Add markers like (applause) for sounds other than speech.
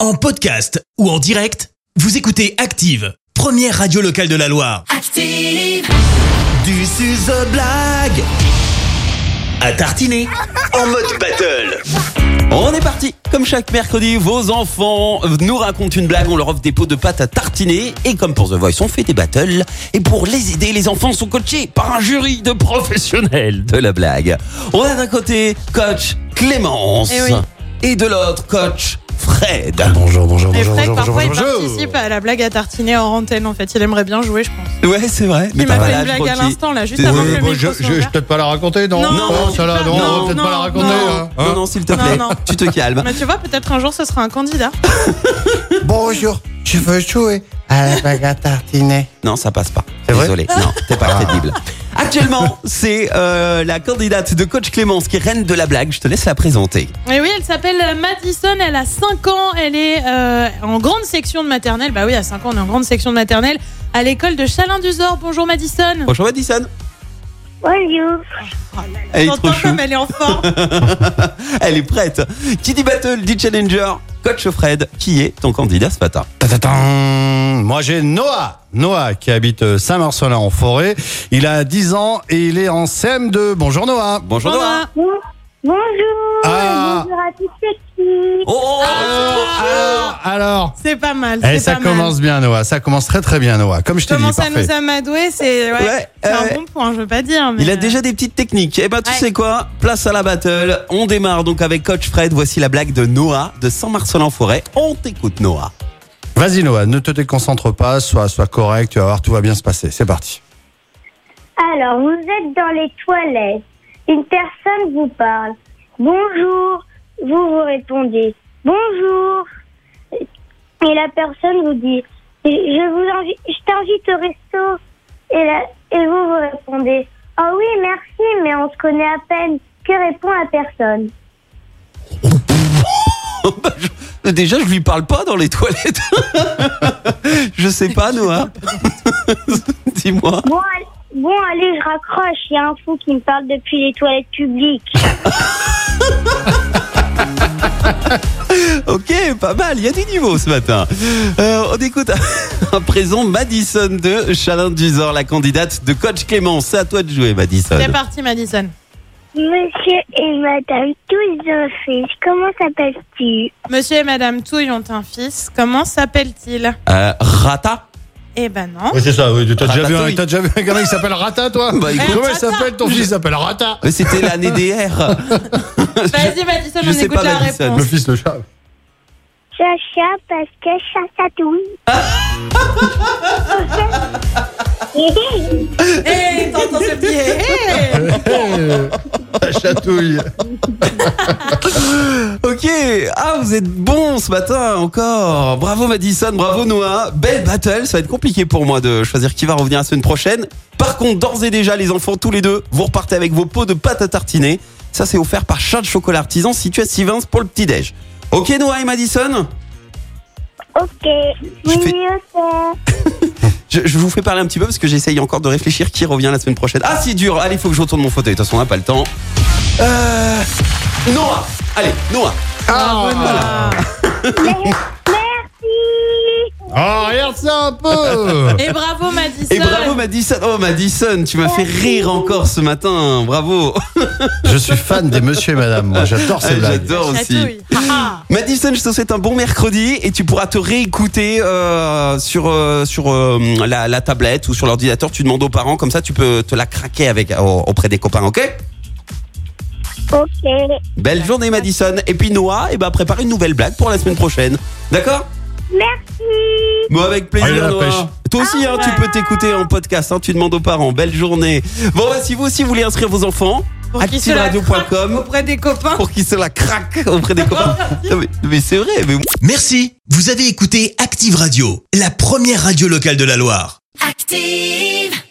En podcast ou en direct, vous écoutez Active, première radio locale de la Loire. Active, Du suzo blague à tartiner en mode battle. On est parti Comme chaque mercredi, vos enfants nous racontent une blague, on leur offre des pots de pâte à tartiner, et comme pour The Voice, on fait des battles, et pour les aider, les enfants sont coachés par un jury de professionnels de la blague. On a d'un côté coach Clémence, Eh oui. et de l'autre coach Fred. Bonjour, bonjour, Et bonjour, Fred, bonjour, parfois, bonjour, il bonjour. participe à la blague à tartiner en antenne, en fait. Il aimerait bien jouer, je pense. Ouais, c'est vrai. Il m'a pas mal, fait une blague à Rocky. l'instant, là, juste Désolé. avant que Euh, le bon, micro je, soit je, je vais ouvert. peut-être pas la raconter, non Non, Oh, non, celle-là, non, non, on va peut-être non, pas la raconter. Non, hein, hein. non, non, s'il te plaît, Non, non. tu te calmes. Mais tu vois, peut-être un jour, ce sera un candidat. Bonjour, je veux jouer à la bague à tartiner. Non, ça passe pas. C'est vrai (laughs) Désolé, non, t'es pas Ah. crédible. Actuellement, c'est euh, la candidate de coach Clémence qui est reine de la blague. Je te laisse la présenter. Et oui, elle s'appelle euh, Madison, elle a 5 ans, elle est euh, en grande section de maternelle. Bah oui, à 5 ans, on est en grande section de maternelle à l'école de Chalin-du-Zor. Bonjour Madison. Bonjour Madison. Bonjour. Elle est T'entends trop chou. comme elle est en forme. Elle est prête. Qui dit battle dit challenger. Coach Fred, qui est ton candidat ce matin Tatatam. Moi j'ai Noah, Noah qui habite euh, Saint-Marcelin en forêt. Il a 10 ans et il est en CM2. (laughs) Bonjour Noah. Bonjour Noah. Bon- Bonjour. Ah. Bonjour à toute l'équipe. Oh, oh, Ah, Euh, alors, alors. C'est pas mal. Eh, c'est ça pas commence bien Noah, ça commence très très bien Noah. Comme je mal. t'ai dit, Commence à parfait. nous amadouer, c'est ouais, Ouais, c'est euh, un bon point, je veux pas dire. Mais Il a euh, déjà des petites techniques. Eh ben, tu Ouais. sais quoi Place à la battle. On démarre donc avec Coach Fred. Voici la blague de Noah de Saint-Marcelin-Forêt. On t'écoute, Noah. Vas-y Noah, ne te déconcentre pas, sois, sois correct, tu vas voir, tout va bien se passer. C'est parti. Alors, vous êtes dans les toilettes. Une personne vous parle. Bonjour. Vous vous répondez. Bonjour. Et la personne vous dit. Je vous invite, je t'invite au resto. Et, la- et vous vous répondez. Oh oui, merci, mais on se connaît à peine. Que répond la personne (laughs) Bah, je- Déjà, je lui parle pas dans les toilettes. (laughs) je sais pas, Noah. (laughs) Dis-moi. Bon, allez, bon, allez, je raccroche. Il y a un fou qui me parle depuis les toilettes publiques. Ok, pas mal, il y a du niveau ce matin. Euh, on écoute (laughs) à présent Madison de Chalin Duzor, la candidate de coach Clément. C'est à toi de jouer, Madison. euh, Euh, C'est parti, Madison. Monsieur et Madame tous un fils, comment s'appelle-t-il Monsieur et Madame Touille ont un fils. Comment s'appelle-t-il Euh, Rata Eh ben non. Oui, c'est ça, oui. T'as déjà, vu un- Ratatouille. t'as déjà vu un gamin qui s'appelle Rata, toi Bah, écoute- Comment il Rata. s'appelle ton fils Il s'appelle Rata. Mais C'était l'année DR. Vas-y, Madison, (laughs) je on sais écoute pas, la Madison. (laughs) réponse. Le fils de chat. Chacha parce que chacha touille. Eh, t'entends ce petit eh, eh La chatouille. ok, ah vous êtes bon ce matin encore. Bravo Madison, bravo Noah. Belle battle, ça va être compliqué pour moi de choisir qui va revenir la semaine prochaine. Par contre, d'ores et déjà les enfants, tous les deux, vous repartez avec vos pots de pâte à tartiner. Ça c'est offert par Charles Chocolat Artisan situé à Sivins pour le petit-déj. Ok Noah et Madison ok, Je fais- oui, ok. Je, je vous fais parler un petit peu parce que j'essaye encore de réfléchir qui revient la semaine prochaine. Ah, c'est dur. Allez, faut que je retourne mon fauteuil. De toute façon, on n'a pas le temps. Euh, Noah. Allez, Noah. Bravo, Noah. Merci. Oh, regarde ça un peu eh. Et bravo, Madison. Et bravo, Madison. Oh, Madison, tu m'as fait rire encore ce matin. Oh, Bravo. Je suis fan des monsieur et madame, moi j'adore ces Ah, blagues. J'adore La aussi. touille. Ah, ah. Madison, je te souhaite un bon mercredi et tu pourras te réécouter euh, sur euh, sur euh, la, la tablette ou sur l'ordinateur. Tu demandes aux parents comme ça, tu peux te la craquer avec auprès des copains, ok Ok, Belle journée Madison et puis Noah et ben prépare une nouvelle blague pour la semaine prochaine. D'accord merci. Bon avec plaisir Allez, la Noah. pêche. Toi aussi hein, tu peux t'écouter en podcast hein, tu demandes aux parents. Belle journée. Bon bah, si vous aussi voulez inscrire vos enfants Pour qu'ils se la craquent activeradio.com Auprès des (laughs) copains. pour qu'ils se la craquent auprès des copains. Non, mais mais c'est vrai mais Merci, vous avez écouté Active Radio, la première radio locale de la Loire. active.